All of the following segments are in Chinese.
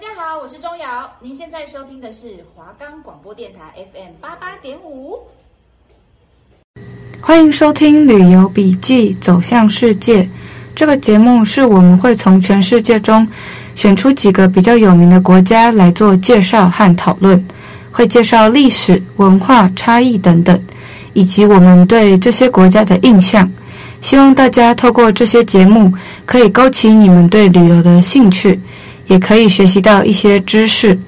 家好，我是钟瑶，您现在收听的是华冈广播电台 FM 八八点五。欢迎收听《旅游笔记》，走向世界。这个节目是我们会从全世界中选出几个比较有名的国家来做介绍和讨论，会介绍历史、文化差异等等，以及我们对这些国家的印象。希望大家透过这些节目，可以勾起你们对旅游的兴趣，也可以学习到一些知识。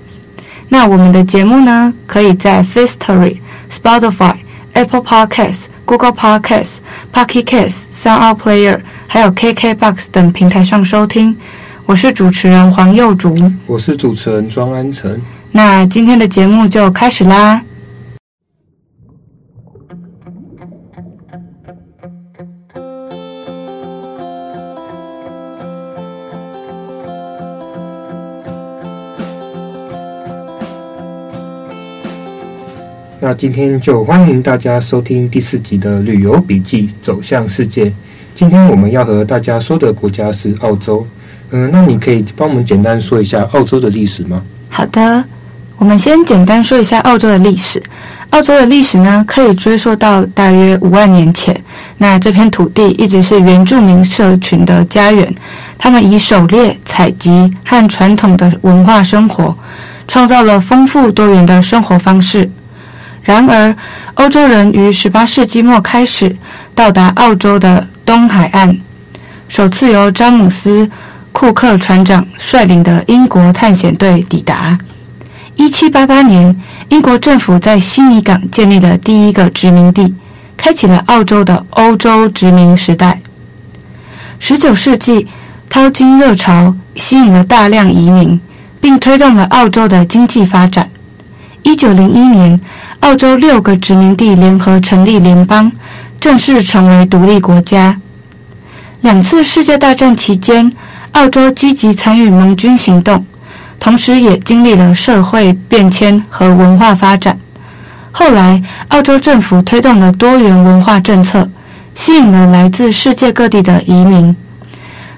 那我们的节目呢，可以在 Firstory、Spotify、Apple Podcasts、Google Podcasts、Pocket Casts、Sound Player，还有 KKBox 等平台上收听。我是主持人黄幼竹。我是主持人庄安成。那今天的节目就开始啦。那今天就欢迎大家收听第四集的旅游笔记，走向世界。今天我们要和大家说的国家是澳洲。嗯，那你可以帮我们简单说一下澳洲的历史吗？好的，我们先简单说一下澳洲的历史。澳洲的历史呢，可以追溯到大约五万年前。那这片土地一直是原住民社群的家园，他们以狩猎、采集和传统的文化生活，创造了丰富多元的生活方式。然而，欧洲人于18世纪末开始到达澳洲的东海岸，首次由詹姆斯·库克船长率领的英国探险队抵达。1788年，英国政府在悉尼港建立了第一个殖民地，开启了澳洲的欧洲殖民时代。19世纪，淘金热潮吸引了大量移民，并推动了澳洲的经济发展。1901年，澳洲六个殖民地联合成立联邦，正式成为独立国家。两次世界大战期间，澳洲积极参与盟军行动，同时也经历了社会变迁和文化发展。后来，澳洲政府推动了多元文化政策，吸引了来自世界各地的移民。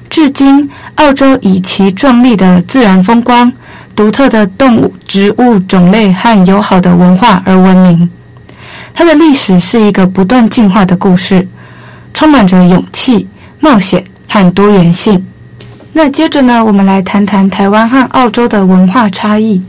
至今，澳洲以其壮丽的自然风光、独特的动物、植物种类和友好的文化而闻名。它的历史是一个不断进化的故事，充满着勇气、冒险和多元性。那接着呢，我们来谈谈台湾和澳洲的文化差异。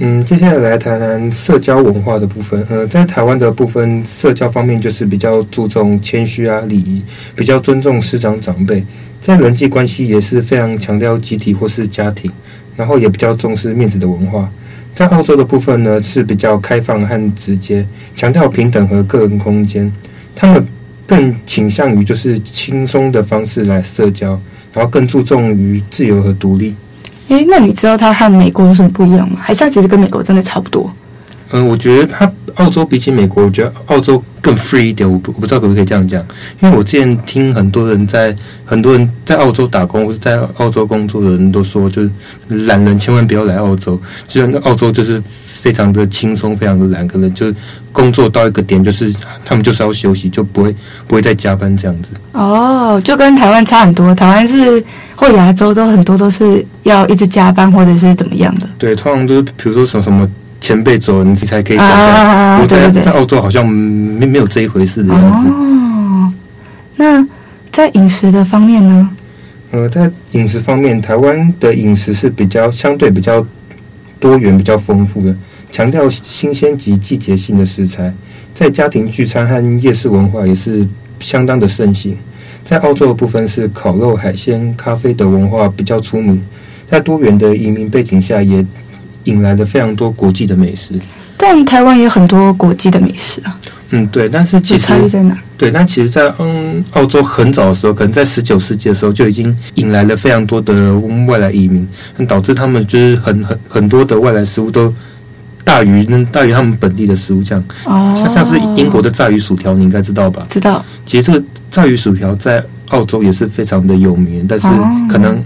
嗯，接下来来谈谈社交文化的部分。呃，在台湾的部分社交方面，就是比较注重谦虚啊、礼仪，比较尊重师长长辈，在人际关系也是非常强调集体或是家庭，然后也比较重视面子的文化。在澳洲的部分呢，是比较开放和直接，强调平等和个人空间。他们更倾向于就是轻松的方式来社交，然后更注重于自由和独立。诶，那你知道它和美国有什么不一样吗？还是它其实跟美国真的差不多？嗯，我觉得它澳洲比起美国，我觉得澳洲更 free 一点。我不我不知道可不可以这样讲，因为我之前听很多人在很多人在澳洲打工或者在澳洲工作的人都说，就是懒人千万不要来澳洲，就像澳洲就是非常的轻松，非常的懒，可能就工作到一个点，就是他们就是要休息，就不会不会再加班这样子。哦，就跟台湾差很多。台湾是或亚洲都很多都是要一直加班或者是怎么样的。对，通常都是比如说什么什么前辈走了，你才可以加啊啊啊啊班。我在对对对在澳洲好像没没有这一回事的样子。哦，那在饮食的方面呢？呃，在饮食方面，台湾的饮食是比较相对比较多元、比较丰富的，强调新鲜及季节性的食材。在家庭聚餐和夜市文化也是相当的盛行。在澳洲的部分是烤肉、海鲜、咖啡的文化比较出名。在多元的移民背景下，也引来了非常多国际的美食。但台湾也有很多国际的美食啊，嗯，对，但是有其实差异在哪？对，那其实在，嗯澳洲很早的时候，可能在十九世纪的时候就已经引来了非常多的外来移民，那导致他们就是很很很多的外来食物都大于那大于他们本地的食物，这样哦，像像是英国的炸鱼薯条，你应该知道吧？知道其实这个炸鱼薯条在澳洲也是非常的有名，但是哦可能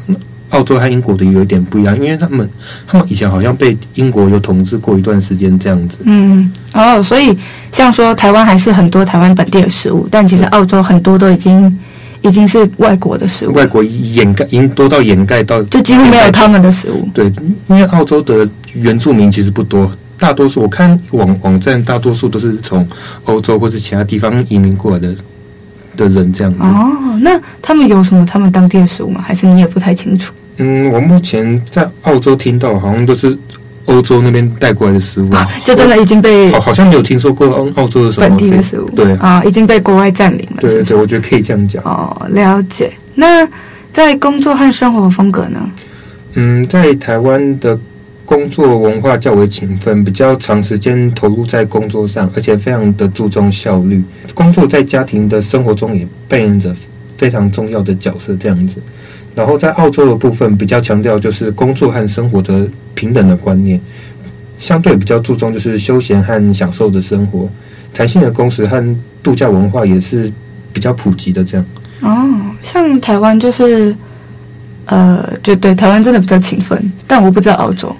澳洲和英国的有一点不一样，因为他们他们以前好像被英国有统治过一段时间这样子。嗯，哦，所以像说台湾还是很多台湾本地的食物，但其实澳洲很多都已经已经是外国的食物，外国掩盖已经多到掩盖到，就几乎没有他们的食物。对，因为澳洲的原住民其实不多，大多数我看网网站，大多数都是从欧洲或是其他地方移民过来的的人这样子。哦，那他们有什么他们当地的食物吗？还是你也不太清楚？嗯，我目前在澳洲听到好像都是欧洲那边带过来的食物啊， 就真的已经被好好像没有听说过澳澳洲哦的什么本地的食物，对啊、已经被国外占领了，对是不对是对，？我觉得可以这样讲。哦，了解。那在工作和生活风格呢？嗯，在台湾的工作文化较为勤奋，比较长时间投入在工作上，而且非常的注重效率。工作在家庭的生活中也扮演着非常重要的角色，这样子。然后在澳洲的部分比较强调就是工作和生活的平等的观念，相对比较注重就是休闲和享受的生活，弹性的工时和度假文化也是比较普及的这样。哦，像台湾就是，呃，就对，台湾真的比较勤奋，但我不知道澳洲。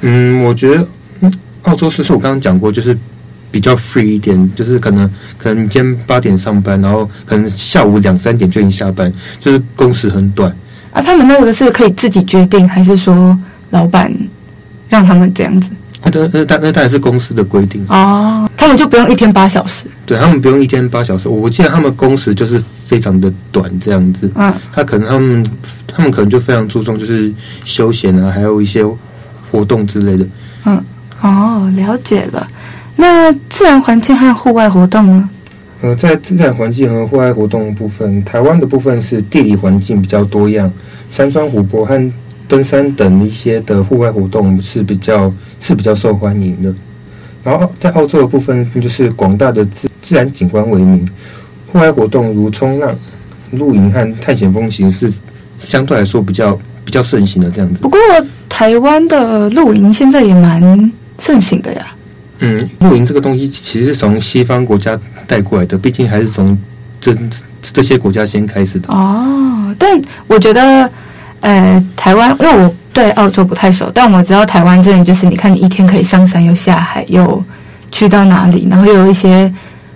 嗯，我觉得嗯澳洲是是我刚刚讲过，就是比较 free 一点，就是可能可能你今天八点上班，然后可能下午两三点就已经下班，就是工时很短。啊，他们那个是可以自己决定，还是说老板让他们这样子？那那当那当然是公司的规定，哦，他们就不用一天八小时。对他们不用一天八小时。我记得他们工时就是非常的短这样子，嗯，他可能他们他们可能就非常注重就是休闲啊，还有一些活动之类的。哦，了解了。那自然环境和户外活动呢？呃，在自然环境和户外活动的部分，台湾的部分是地理环境比较多样，山川湖泊和登山等一些的户外活动是比较是比较受欢迎的。然后在澳洲的部分就是广大的自自然景观为名，户外活动如冲浪、露营和探险风行是相对来说比较比较盛行的这样子不。过台湾的露营现在也蛮盛行的呀。嗯，露营这个东西其实是从西方国家带过来的，毕竟还是从这这些国家先开始的。哦，但我觉得，呃，台湾，因为我对澳洲不太熟，但我知道台湾真的就是，你看你一天可以上山又下海，又去到哪里，然后又有一些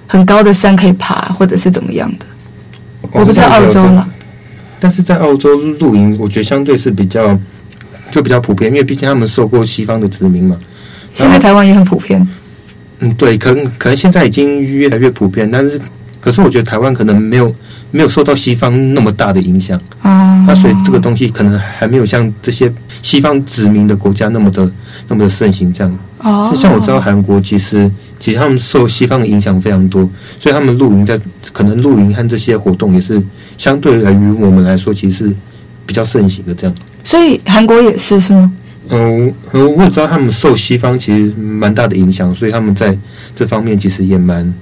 很高的山可以爬，或者是怎么样的。哦我不知道澳洲了。了。但是在澳洲露营，我觉得相对是比较就比较普遍，因为毕竟他们受过西方的殖民嘛。现在台湾也很普遍。嗯，对，可能可能现在已经越来越普遍，但是可是我觉得台湾可能没有没有受到西方那么大的影响，啊、那所以这个东西可能还没有像这些西方殖民的国家那么的那么的盛行这样。哦就，像我知道韩国其实其实他们受西方的影响非常多，所以他们露营在可能露营和这些活动也是相对来于我们来说其实是比较盛行的这样。所以韩国也是是吗？嗯，我我也知道他们受西方其实蛮大的影响，所以他们在这方面其实也蛮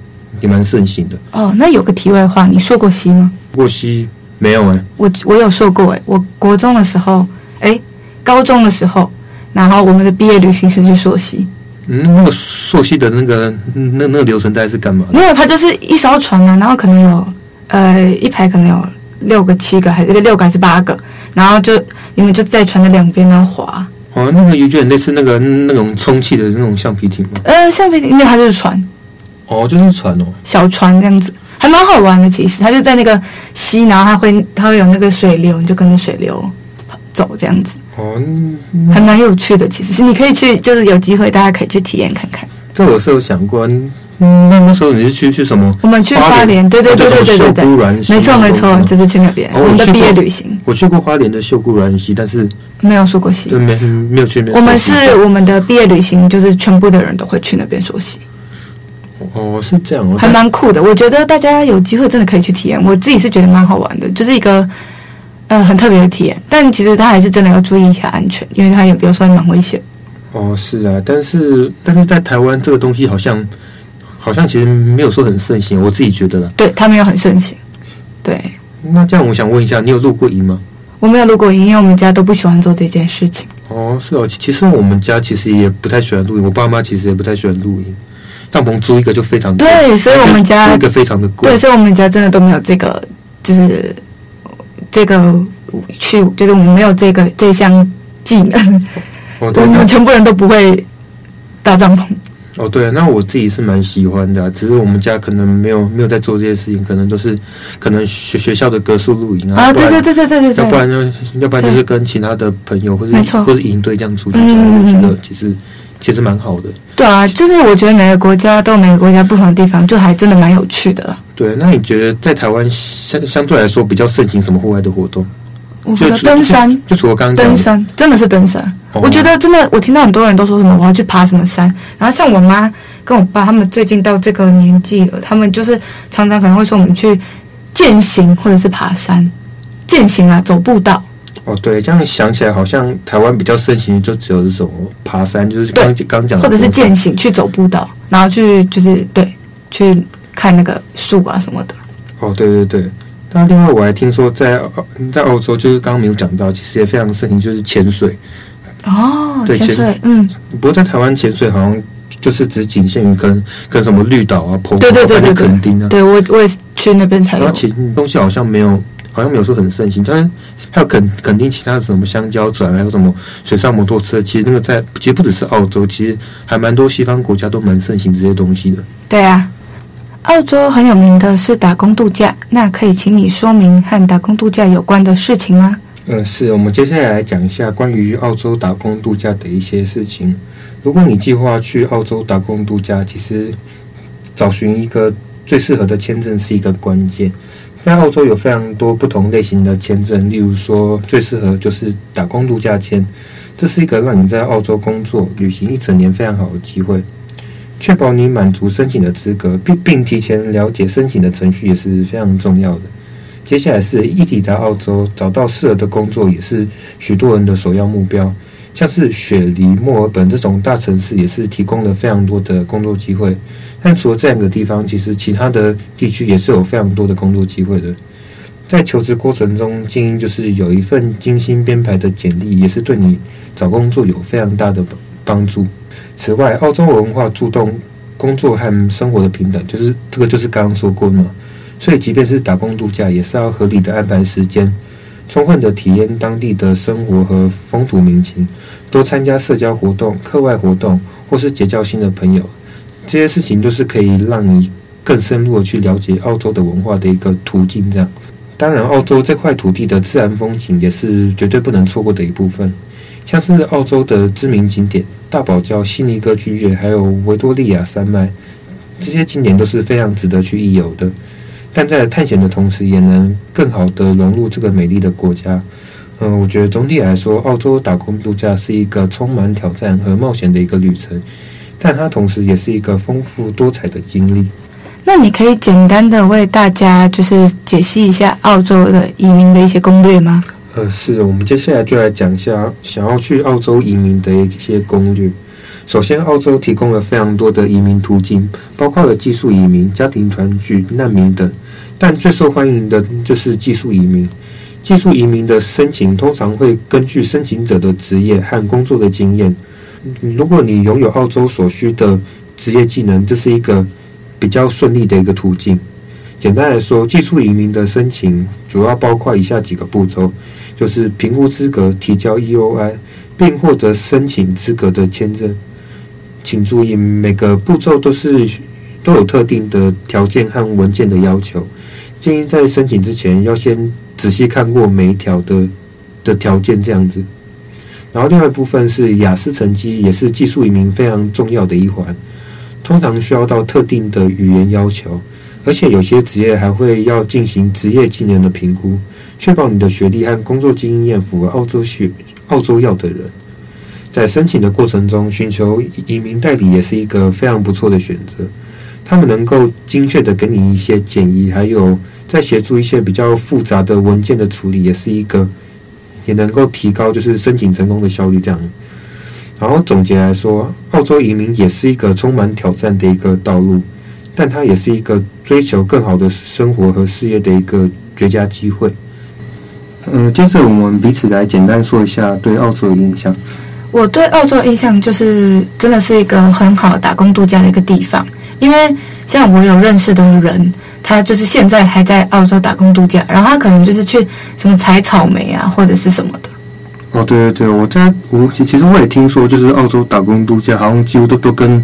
也蛮盛行的。哦，那有个题外话，你受过西吗？不过西没有哎、我我有受过诶，我国中的时候，诶，高中的时候，然后我们的毕业旅行是去溯溪。嗯，那个朔溪的那个那那个流程大概是干嘛的？没有，它就是一艘船啊，然后可能有呃一排可能有六个、七个，还是六个还是八个，然后就你们就在船的两边然后划，哦，那个有点类似那个那种充气的那种橡皮艇吗？呃，橡皮艇没有，它就是船，哦，就是船哦。小船这样子，还蛮好玩的。其实它就在那个溪，然后它会它会有那个水流，你就跟着水流走这样子，哦，嗯还蛮有趣的。其实是你可以去，就是有机会大家可以去体验看看。这我是有想过。嗯那那时候你是去去什么？。我们去花莲，对对对对对对对，没错没错，就是是去那边，哦我们的我去毕业过旅行我去过花莲的秀姑峦溪，但是没有说过溪。就没没有去那边溯溪。我们是我们的毕业旅行，就是全部的人都会去那边溯溪，哦，是这样哦，还蛮酷的。我觉得大家有机会真的可以去体验，我自己是觉得蛮好玩的，就是一个呃很特别的体验。但其实它还是真的要注意一下安全，因为它也比如说蛮危险。哦，是啊，但是但是在台湾这个东西好像好像其实没有说很盛行，我自己觉得啦。对，它没有很盛行。对那这样我想问一下，你有露过营吗？我没有录过音，因为我们家都不喜欢做这件事情。哦，是哦，其其实我们家其实也不太喜欢露营，我爸妈其实也不太喜欢露营，帐篷租一个就非常贵，对，所以我们租家一个非常的贵对，，所以我们家真的都没有这个，就是这个去，就是我们没有这个这项技能。哦我对，们那全部人都不会搭帐篷，哦，对，那我自己是蛮喜欢的啊、只是我们家可能没有没有在做这些事情，可能都是可能学学校的格数露营啊，啊，不对对然对对对对要不对，然就要不然就是跟其他的朋友或没者错或者营队这样出去嗯这样，我觉嗯得其实其实蛮好的。对啊，就是我觉得每个国家都有每个国家不同的地方，就还真的蛮有趣的。对，那你觉得在台湾相相对来说比较盛行什么户外的活动？我觉就得除登山，就除了刚刚讲的登，山真的是登山。哦我觉得真的，我听到很多人都说什么我要去爬什么山，然后像我妈跟我爸他们最近到这个年纪了，他们就是常常可能会说我们去践行或者是爬山，践行啊，走步道。哦，对，这样想起来好像台湾比较盛行就只有这种爬山，就是刚刚讲的或者是那种践行去走步道，然后去就是对去看那个树啊什么的。哦，对对对。那另外我还听说在澳在澳洲，就是刚刚没有讲到，其实也非常盛行，就是潜水。哦，对潜潜水，嗯，不过在台湾潜水好像就是只仅限于跟跟什么绿岛啊、澎湖、对对对对垦丁对，啊，对我我也是去那边才然后有。其东西好像没有，好像没有说很盛行。但是还有垦垦丁其他的什么香蕉船，还有什么水上摩托车，其实那个在其实不只是澳洲，其实还蛮多西方国家都蛮盛行这些东西的。对啊，澳洲很有名的是打工度假，那可以请你说明和打工度假有关的事情吗？嗯，是我们接下来来讲一下关于澳洲打工度假的一些事情。如果你计划去澳洲打工度假，其实找寻一个最适合的签证是一个关键。在澳洲有非常多不同类型的签证，例如说最适合就是打工度假签，这是一个让你在澳洲工作、旅行一整年非常好的机会。确保你满足申请的资格，并并提前了解申请的程序也是非常重要的。接下来是一抵达澳洲，找到适合的工作也是许多人的首要目标。像是雪梨、墨尔本这种大城市，也是提供了非常多的工作机会。但除了这两个地方，其实其他的地区也是有非常多的工作机会的。在求职过程中，精英就是有一份精心编排的简历，也是对你找工作有非常大的帮助。此外，澳洲文化注重工作和生活的平等，就是这个就是刚刚说过的嘛。所以即便是打工度假，也是要合理的安排时间，充分的体验当地的生活和风土民情，多参加社交活动、课外活动，或是结交新的朋友，这些事情都是可以让你更深入的去了解澳洲的文化的一个途径。这样，当然，澳洲这块土地的自然风景也是绝对不能错过的一部分。像是澳洲的知名景点大堡礁、悉尼歌剧院，还有维多利亚山脉，这些景点都是非常值得去一游的。但在探险的同时，也能更好地融入这个美丽的国家。嗯、我觉得总体来说，澳洲打工度假是一个充满挑战和冒险的一个旅程，但它同时也是一个丰富多彩的经历。那你可以简单的为大家就是解析一下澳洲的移民的一些攻略吗？呃，是我们接下来就来讲一下想要去澳洲移民的一些攻略。首先，澳洲提供了非常多的移民途径，包括了技术移民、家庭团聚、难民等。但最受欢迎的就是技术移民。技术移民的申请通常会根据申请者的职业和工作的经验。嗯如果你拥有澳洲所需的职业技能，这是一个比较顺利的一个途径。简单来说，技术移民的申请主要包括以下几个步骤。就是评估资格、提交 EOI，并获得申请资格的签证。请注意，每个步骤都是都有特定的条件和文件的要求。建议在申请之前要先仔细看过每一条的的条件这样子。然后另外一部分是雅思成绩，也是技术移民非常重要的一环，通常需要到特定的语言要求，而且有些职业还会要进行职业技能的评估。确保你的学历和工作经验符合澳洲需澳洲要的人。在申请的过程中，寻求移民代理也是一个非常不错的选择。他们能够精确的给你一些建议，还有在协助一些比较复杂的文件的处理，也是一个也能够提高就是申请成功的效率。这样，然后总结来说，澳洲移民也是一个充满挑战的一个道路，但它也是一个追求更好的生活和事业的一个绝佳机会。嗯，接着我们彼此来简单说一下对澳洲的印象。我对澳洲的印象就是，真的是一个很好打工度假的一个地方。因为像我有认识的人，他就是现在还在澳洲打工度假，然后他可能就是去什么采草莓啊，或者是什么的。哦，对对对，我在我其其实我也听说，就是澳洲打工度假好像几乎都都跟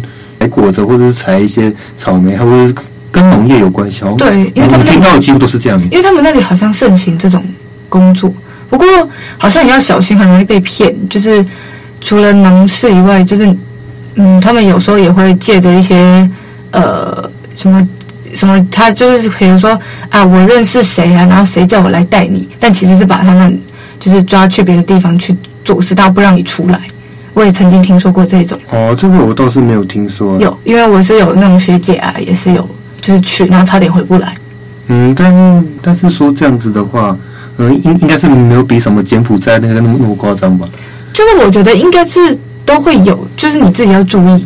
果子或者是采一些草莓，它会跟农业有关系。好像对因为他我们那听到的几乎都是这样。因为他们那里好像盛行这种工作，不过好像也要小心，很容易被骗。就是除了农事以外，就是嗯，他们有时候也会借着一些呃什么什么，他就是比如说啊，我认识谁啊，然后谁叫我来带你，但其实是把他们就是抓去别的地方去做事，到不让你出来。我也曾经听说过这种。哦，这个我倒是没有听说。啊有，因为我是有那种学姐啊，也是有，就是去，然后差点回不来。嗯，但是但是说这样子的话，嗯、应应该是没有比什么柬埔寨那个那么那么夸张吧？就是我觉得应该是都会有，就是你自己要注意。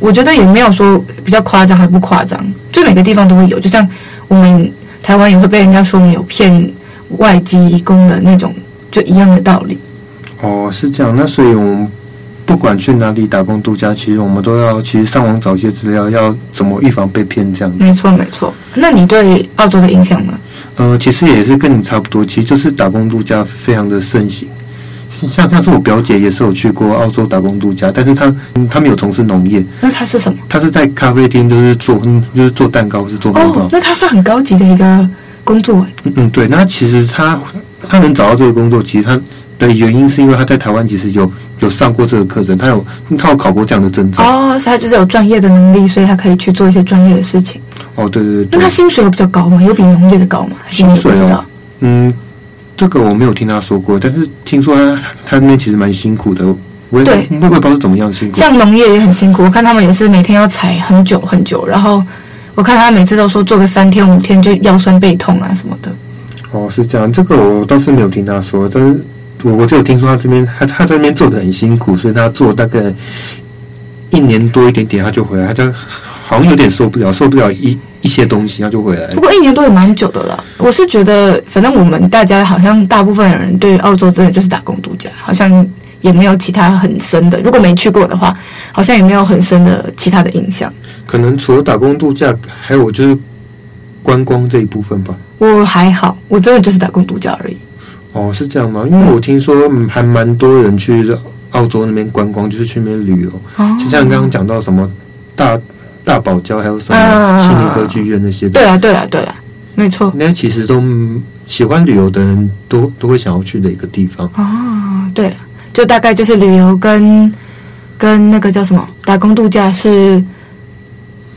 我觉得也没有说比较夸张还不夸张，就每个地方都会有。就像我们台湾也会被人家说我们有骗外籍移工的那种，就一样的道理。哦，是这样。那所以我们不管去哪里打工度假，其实我们都要其实上网找一些资料，要怎么预防被骗这样子。没错，没错。那你对澳洲的影响呢？呃，其实也是跟你差不多，其实就是打工度假非常的盛行。像像是我表姐也是有去过澳洲打工度假，但是她嗯她没有从事农业，那它是什么？她是在咖啡厅就是做嗯就是做蛋糕，是做蛋糕。哦，那它算很高级的一个工作欸嗯嗯，对，那其实他他能找到这个工作，其实他的原因是因为他在台湾其实有有上过这个课程，他有他有考过这样的证照。哦，所以他就是有专业的能力，所以他可以去做一些专业的事情。哦，对对那对他对，薪水有比较高吗？有比农业的高吗？还是你也不知薪水道哦？嗯，这个我没有听他说过，但是听说他他那边其实蛮辛苦的，我也对我也不知道是怎么样辛苦。像农业也很辛苦，我看他们也是每天要采很久很久，然后我看他每次都说做个三天五天就腰酸背痛啊什么的。哦，是这样，这个我倒是没有听他说，但是我我只有听说他这边他他在那边做的很辛苦，所以他做大概一年多一点点他就回来，他就好像有点受不了，受不了一一些东西他就回来了不。过一年多也蛮久的了。我是觉得，反正我们大家好像大部分人对澳洲真的就是打工度假，好像也没有其他很深的。如果没去过的话，好像也没有很深的其他的印象。可能除了打工度假，还有就是观光这一部分吧。我还好，我真的就是打工度假而已。哦，是这样吗？因为我听说嗯还蛮多人去澳洲那边观光，就是去那边旅游。哦就像刚刚讲到什么大大堡礁，还有什么嗯悉尼歌剧院那些的，对啦，对啦，啊对啦，没错。那其实都嗯喜欢旅游的人都都会想要去的一个地方。哦，对了，就大概就是旅游跟跟那个叫什么打工度假是，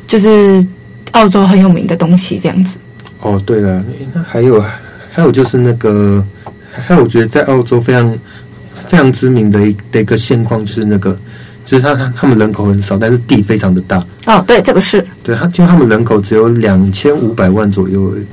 就是澳洲很有名的东西这样子。哦，对了，诶那还有还有就是那个，还有我觉得在澳洲非常非常知名的一的一个现况就是那个，就是他他他们人口很少，但是地非常的大。哦，对，这个是。对，他听说他们人口只有两千五百万左右而已。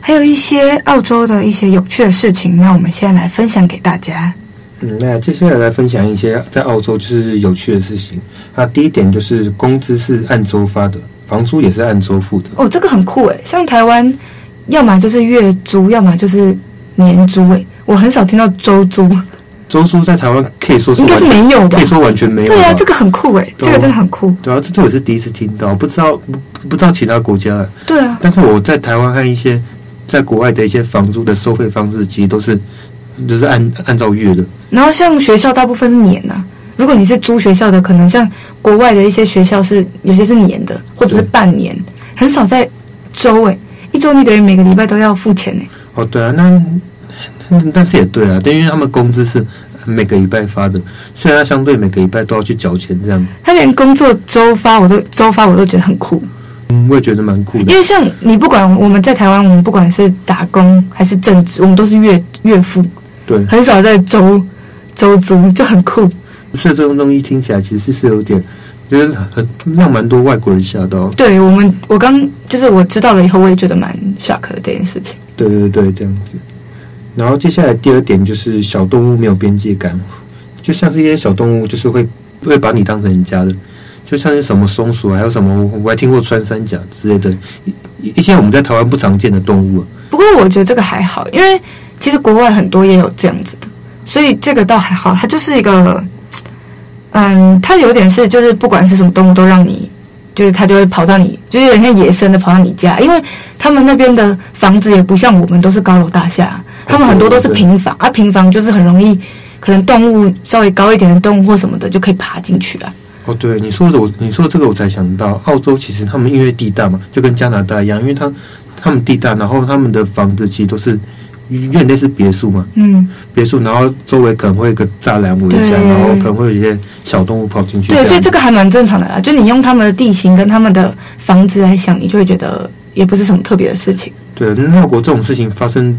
还有一些澳洲的一些有趣的事情，那我们现在来分享给大家。嗯，那接下来来分享一些在澳洲就是有趣的事情。那第一点就是工资是按周发的，房租也是按周付的。哦，这个很酷诶，像台湾，要么就是月租，要么就是年租诶，我很少听到周租，周租在台湾可以说是应该完是全没有吧可以？说完全没有吧。对啊，这个很酷诶，这个真的很酷。对啊，这这我是第一次听到，不知道不不知道其他国家。对啊，但是我在台湾和一些在国外的一些房租的收费方式，其实都是就是按按照月的。然后像学校大部分是年呐、如果你是租学校的，可能像国外的一些学校是有些是年的，或者是半年，很少在周诶、一周你等于每个礼拜都要付钱诶、欸哦，对啊，那那但是也对啊，但因为他们工资是每个礼拜发的，所以他相对每个礼拜都要去缴钱这样。他连工作周发我都周发我都觉得很酷，嗯，我也觉得蛮酷的因。为像你不管我们在台湾，我们不管是打工还是正职，我们都是月月付，对，很少在周周租，就很酷。所以这种东西听起来其实是有点，就是很让蛮多外国人吓到。对我们，我刚就是我知道了以后，我也觉得蛮 shock 的这件事情。对对对，这样子。然后接下来第二点就是小动物没有边界感，就像是一些小动物，就是会会把你当成人家的，就像是什么松鼠啊，还有什么我还听过穿山甲之类的，一一一些我们在台湾不常见的动物啊、不过我觉得这个还好，因为其实国外很多也有这样子的，所以这个倒还好。它就是一个，嗯，它有点是就是不管是什么动物都让你，就是它就会跑到你，就是有点像野生的跑到你家，因为他们那边的房子也不像我们都是高楼大厦，他们很多都是平房，啊，平房就是很容易，可能动物稍微高一点的动物或什么的就可以爬进去啊。哦，对，你说的我，你说这个我才想到，澳洲其实他们因为地大嘛，就跟加拿大一样，因为他他们地大，然后他们的房子其实都是有点类似别墅嘛，嗯，别墅，然后周围可能会有一个栅栏围起来，对然后可能会有一些小动物跑进去。对，所以这个个还蛮正常的啦。就你用他们的地形跟他们的房子来想，你就会觉得也不是什么特别的事情，对，那如果这种事情发生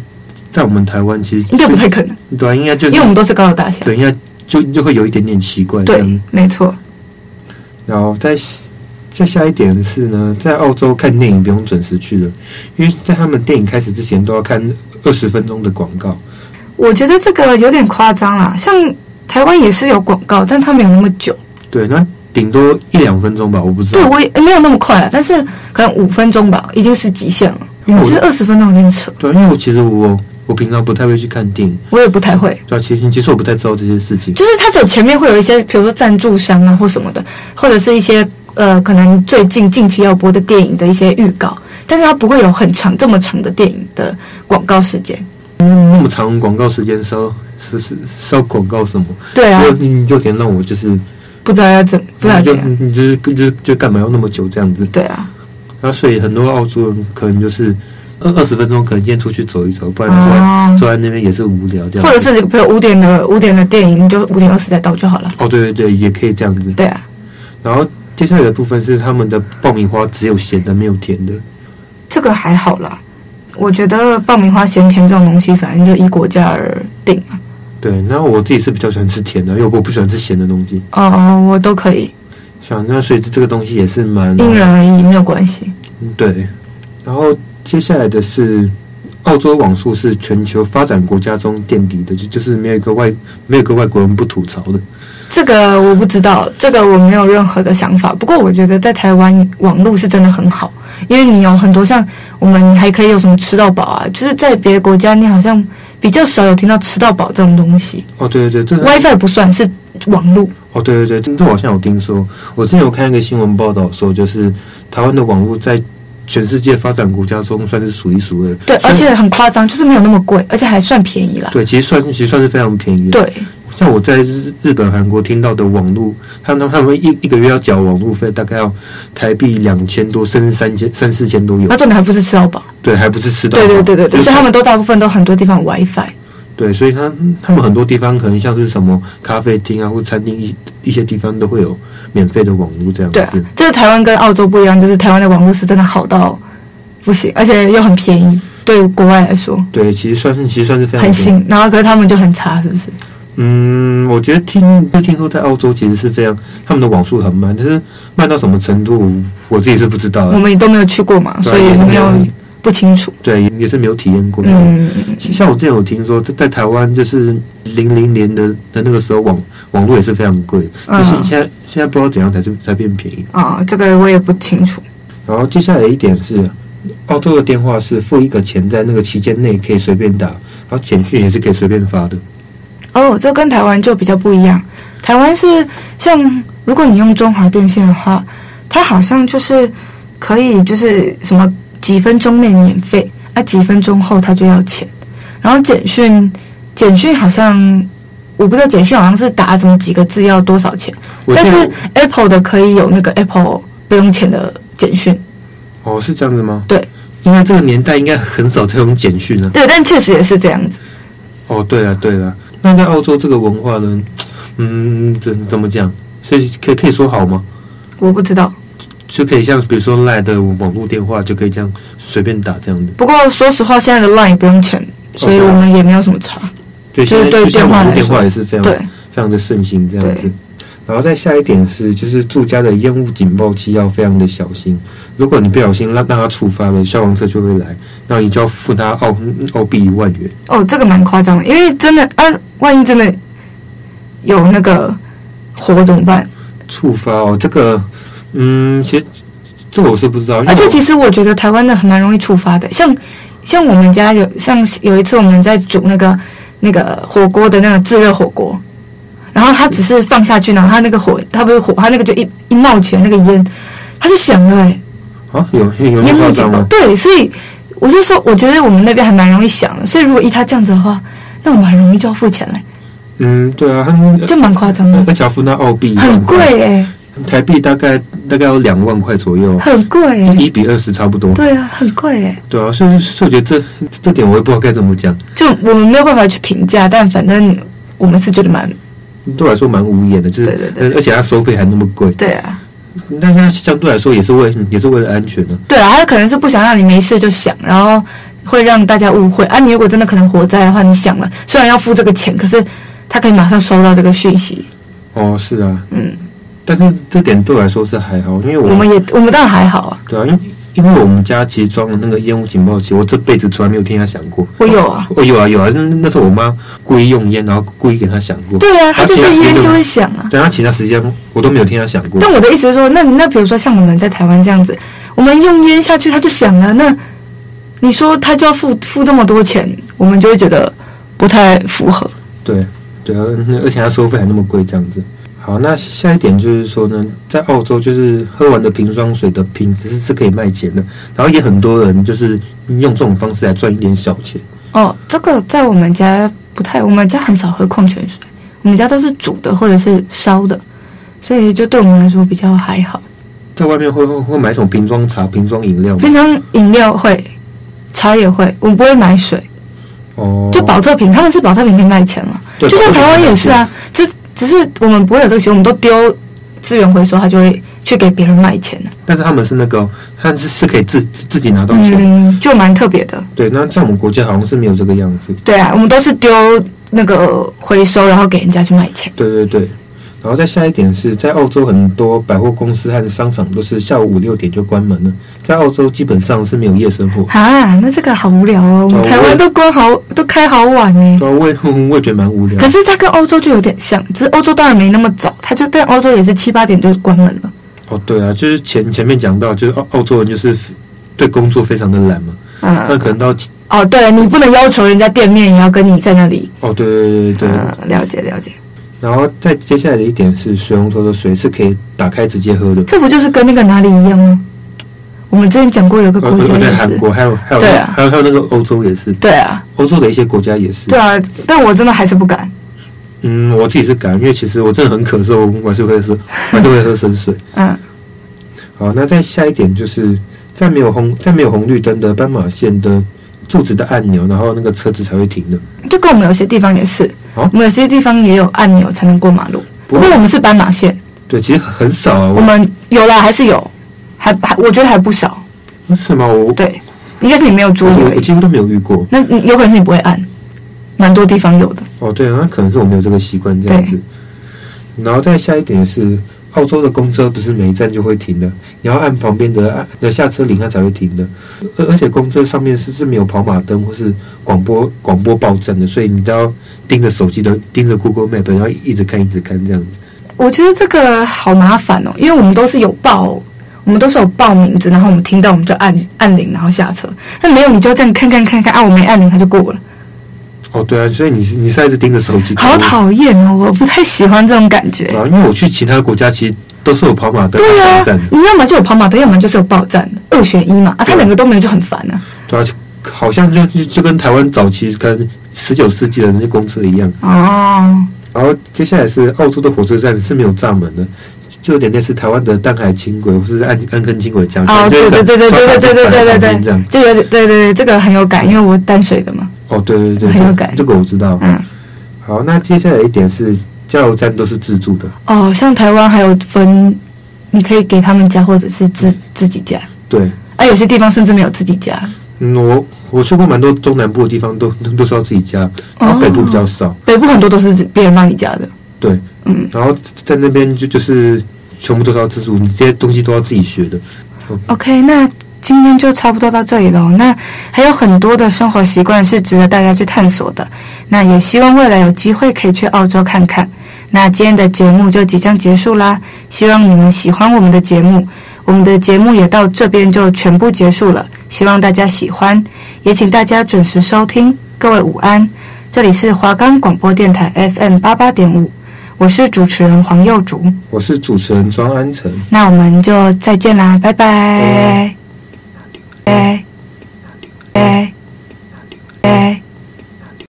在我们台湾，其实 应该不太可能，对啊，应该就因为我们都是高楼大厦。对，应该就就会有一点点奇怪。这对样，没错。然后再再下一点是呢，在澳洲看电影不用准时去的，因为在他们电影开始之前都要看二十分钟的广告。我觉得这个有点夸张啦，像台湾也是有广告，但它没有那么久。对，那顶多一两分钟吧，我不知对，道。我也没有那么快啊，但是可能五分钟吧，已经是极限了。因为我哦我觉得二十分钟有点扯，对，因为我其实我我平常不太会去看电影，我也不太会。对啊，其实其实我不太知道这些事情。就是它只有前面会有一些，比如说赞助商啊或什么的，或者是一些呃可能最近近期要播的电影的一些预告，但是它不会有很长这么长的电影的广告时间。因为那么长广告时间是要是是是要广告什么？对啊，就你有点让我就是，不知道要怎不知啊道你怎就嗯样。你就是就就干嘛要那么久这样子？对啊，然后所以很多澳洲人可能就是二二十分钟可能先出去走一走，不然坐在、哦坐在那边也是无聊这样子。或者是比如五点的五点的电影，你就五点二十再到就好了。哦，对对对，也可以这样子。对啊，然后接下来的部分是他们的爆米花只有咸的没有甜的。这个还好啦。我觉得爆米花咸甜这种东西，反正就依国家而定嘛。对，那我自己是比较喜欢吃甜的，因为我不喜欢吃咸的东西。哦，我都可以，像那所以这个东西也是蛮因人而异，没有关系。嗯对。然后接下来的是澳洲网速是全球发展国家中垫底的，就就是没有一个外没有一个外国人不吐槽的。这个我不知道，这个我没有任何的想法。不过我觉得在台湾网络是真的很好，因为你有很多像我们还可以有什么吃到饱啊，就是在别的国家你好像比较少有听到吃到饱这种东西。哦，对对对，这 WiFi 不算是网络，哦，对对对，这这我好像有听说。我之前有看一个新闻报道说，就是台湾的网络在全世界发展国家中算是数一数二。对，虽而然且很夸张，就是没有那么贵，而且还算便宜啦。对，其实算其实算是非常便宜。，对，像我在日日本、韩国听到的网络，他们他们一一个月要缴网路费，大概要台币两千多，甚至三千、三四千都有那。重点还不是吃到饱。对，还不是吃到饱。啊对对对对对，就是所以他们都大部分都很多地方有 WiFi。对，所以他他们很多地方可能像是什么咖啡厅啊，或餐厅一一些地方都会有免费的网络这样子。对啊，这个台湾跟澳洲不一样，就是台湾的网络是真的好到不行，而且又很便宜，对于国外来说对，其实算是其实算是非常很便宜行。然后可是他们就很差，是不是？嗯，我觉得听就听说在澳洲其实是非常他们的网速很慢，但是慢到什么程度，我自己是不知道啊我的。们也都没有去过嘛，对所以也是啊没没有有不清楚。对，也是没有体验过。嗯，像我之前有听说，在在台湾就是零零年的的那个时候网网络也是非常贵，就是嗯现在现在不知道怎样才是才变便宜。啊、这个我也不清楚。然后接下来一点是，澳洲的电话是付一个钱，在那个期间内可以随便打，然后简讯也是可以随便发的。哦，这跟台湾就比较不一样。台湾是像如果你用中华电信的话，它好像就是可以就是什么几分钟内免费，啊几分钟后它就要钱。然后简讯，简讯好像我不知道简讯好像是打什么几个字要多少钱，我但现在是 Apple 的可以有那个 Apple 不用钱的简讯，哦是这样子吗？对，因为这个年代应该很少这种简讯了、啊对，但确实也是这样子。哦，对了对了，那在澳洲这个文化呢，嗯，怎怎么讲？所以可以可以说好吗？我不知道，就可以像比如说赖的网络电话就可以这样随便打这样子。不过说实话，现在的 Line 也不用钱，所以 OK 啊我们也没有什么差。对，就现是在对就像电话网络来电话说也是非常对非常的盛行这样子对。然后再下一点是，就是住家的烟雾警报器要非常的小心。如果你不小心让让它触发了，消防车就会来，那你就要付他澳澳币一万元。哦，这个蛮夸张的，因为真的啊，万一真的有那个火怎么办？触发哦，这个，嗯，其实这个我是不知道，因为而且我其实我觉得台湾的很蛮容易触发的，像像我们家有像有一次我们在煮那个那个火锅的那个自热火锅，然后它只是放下去，然后它那个火，它不是火，它那个就一一冒起来那个烟，它就响了、欸，啊，有有那烟么雾夸警张报。吗？对，所以我就说，我觉得我们那边还蛮容易响的，所以如果依它这样子的话，那我们很容易就要付钱嘞、嗯，对啊，他们就蛮夸张的，而且要付那澳币，很贵。哎、台币大概大概有两万块左右，很贵耶。一比二十差不多。对啊，很贵耶。对啊，所以所以我觉得这这点我也不知道该怎么讲，就我们没有办法去评价，但反正我们是觉得蛮对我来说蛮无言的，就是对对对嗯而且它收费还那么贵，对啊，那它相对来说也是为也是为了安全的、对啊，他可能是不想让你没事就想，然后会让大家误会啊。你如果真的可能火灾的话，你想了，虽然要付这个钱，可是他可以马上收到这个讯息。哦，是啊，嗯，但是这点对我来说是还好，因为我我们也我们当然还好啊，对啊，因因为我们家其实装了那个烟雾警报器，我这辈子从来没有听它响过。我有啊。我有啊有啊，那那时候我妈故意用烟，然后故意给它响过。对啊，他就是烟就会响。响啊。对，然后其他时间我都没有听它响过。但我的意思是说，那那比如说像我们在台湾这样子，我们用烟下去，他就响了。那你说他就要付付这么多钱，我们就会觉得不太符合。对对啊，那而且它收费还那么贵，这样子。好，那下一点就是说呢，在澳洲就是喝完的瓶装水的瓶子是是可以卖钱的，然后也很多人就是用这种方式来赚一点小钱。哦，这个在我们家不太，我们家很少喝矿泉水，我们家都是煮的或者是烧的，所以就对我们来说比较还好。在外面会会会买什么瓶装茶、瓶装饮料吗？平常饮料会，茶也会，我们不会买水，哦，就保特瓶，他们是保特瓶可以卖钱了，对就像保特瓶台湾可以卖也是啊，只只是我们不会有这个习惯，我们都丢资源回收，他就会去给别人卖钱的，但是他们是那个哦，他是是可以自自己拿到钱。嗯，就蛮特别的。对，那在我们国家好像是没有这个样子。对啊，我们都是丢那个回收，然后给人家去卖钱。对对对。然后再下一点是在澳洲，很多百货公司和商场都是下午五六点就关门了。在澳洲基本上是没有夜生 活。啊，那这个好无聊哦，我们对台我也湾都关好都开好晚哎。对啊，我也 我也觉得蛮无聊可。是它跟欧洲就有点像，只是欧洲当然没那么早，它就但欧洲也是七八点就关门了。哦，对啊，就是前前面讲到，就是澳澳洲人就是对工作非常的懒嘛，那嗯，可能到七哦，对你不能要求人家店面也要跟你在那里。哦，对对对对对。嗯，了解了解，然后再接下来的一点是，水龙头的水是可以打开直接喝的。这不就是跟那个哪里一样吗？我们之前讲过有个呃，国不是家在也韩是，国，还有还有对啊还有还有那个欧洲也是，对啊，欧洲的一些国家也是。对啊，但我真的还是不敢。嗯，我自己是敢，因为其实我真的很咳嗽，我还是会喝，我还是会喝生水。嗯，好，那再下一点就是，在没有红在没有红绿灯的斑马线的柱子的按钮，然后那个车子才会停的。就跟我们有些地方也是，哦我们有些地方也有按钮才能过马路，不不过过我们是斑马线，对，其实很少啊。我们有啦，还是有，还还我觉得还不少。我是吗？我对，应该是你没有注意我而我已。几乎都没有遇过。那你有可能是你不会按，蛮多地方有的。哦，对，那可能是我没有这个习惯这样子。然后再下一点是，澳洲的公车不是每一站就会停的，你要按旁边的按的下车铃，它才会停的。而而且公车上面是是没有跑马灯或是广播广播报站的，所以你都要盯着手机的，盯着 Google Map，然后一直看一直看这样子。我觉得这个好麻烦哦，因为我们都是有报，我们都是有报名字，然后我们听到我们就按按铃，然后下车。那没有你就这样看看看看，啊，我没按铃它就过了，哦，对啊，所以你是你是一直盯着手机看的。好讨厌哦，我不太喜欢这种感觉对。啊，因为我去其他国家其实都是有跑马灯对和报啊站的，，你要么就有跑马灯，要么就是有报站，二选一嘛。啊，它两个都没有就很烦啊。对啊，就好像就就就跟台湾早期跟十九世纪的那些公车一样。哦，然后接下来是澳洲的火车站是没有闸门的，就有点类似台湾的淡海轻轨或是安安坑轻轨这样。哦，就对是对对对对对对对对刷卡就摆在旁对边这样对，。就有点对对对，这个很有感，因为我淡水的嘛。哦，对对对，很有这感这个我知道。嗯。好，那接下来一点是加油站都是自助的，哦，像台湾还有分，你可以给他们家或者是自自己家，对。啊，有些地方甚至没有自己家，嗯，我我去过蛮多中南部的地方都，都都是要自己加，然后北部比较少。北部很多都是别人帮你加的。对，嗯，然后在那边就就是全部都是要自助，你这些东西都要自己学的。 OK，那今天就差不多到这里喽。那还有很多的生活习惯是值得大家去探索的。那也希望未来有机会可以去澳洲看看。那今天的节目就即将结束啦，希望你们喜欢我们的节目。我们的节目也到这边就全部结束了，希望大家喜欢，也请大家准时收听。各位午安，这里是华冈广播电台 FM 八八点五，我是主持人黄幼竹。我是主持人庄安成。那我们就再见啦，拜拜，拜。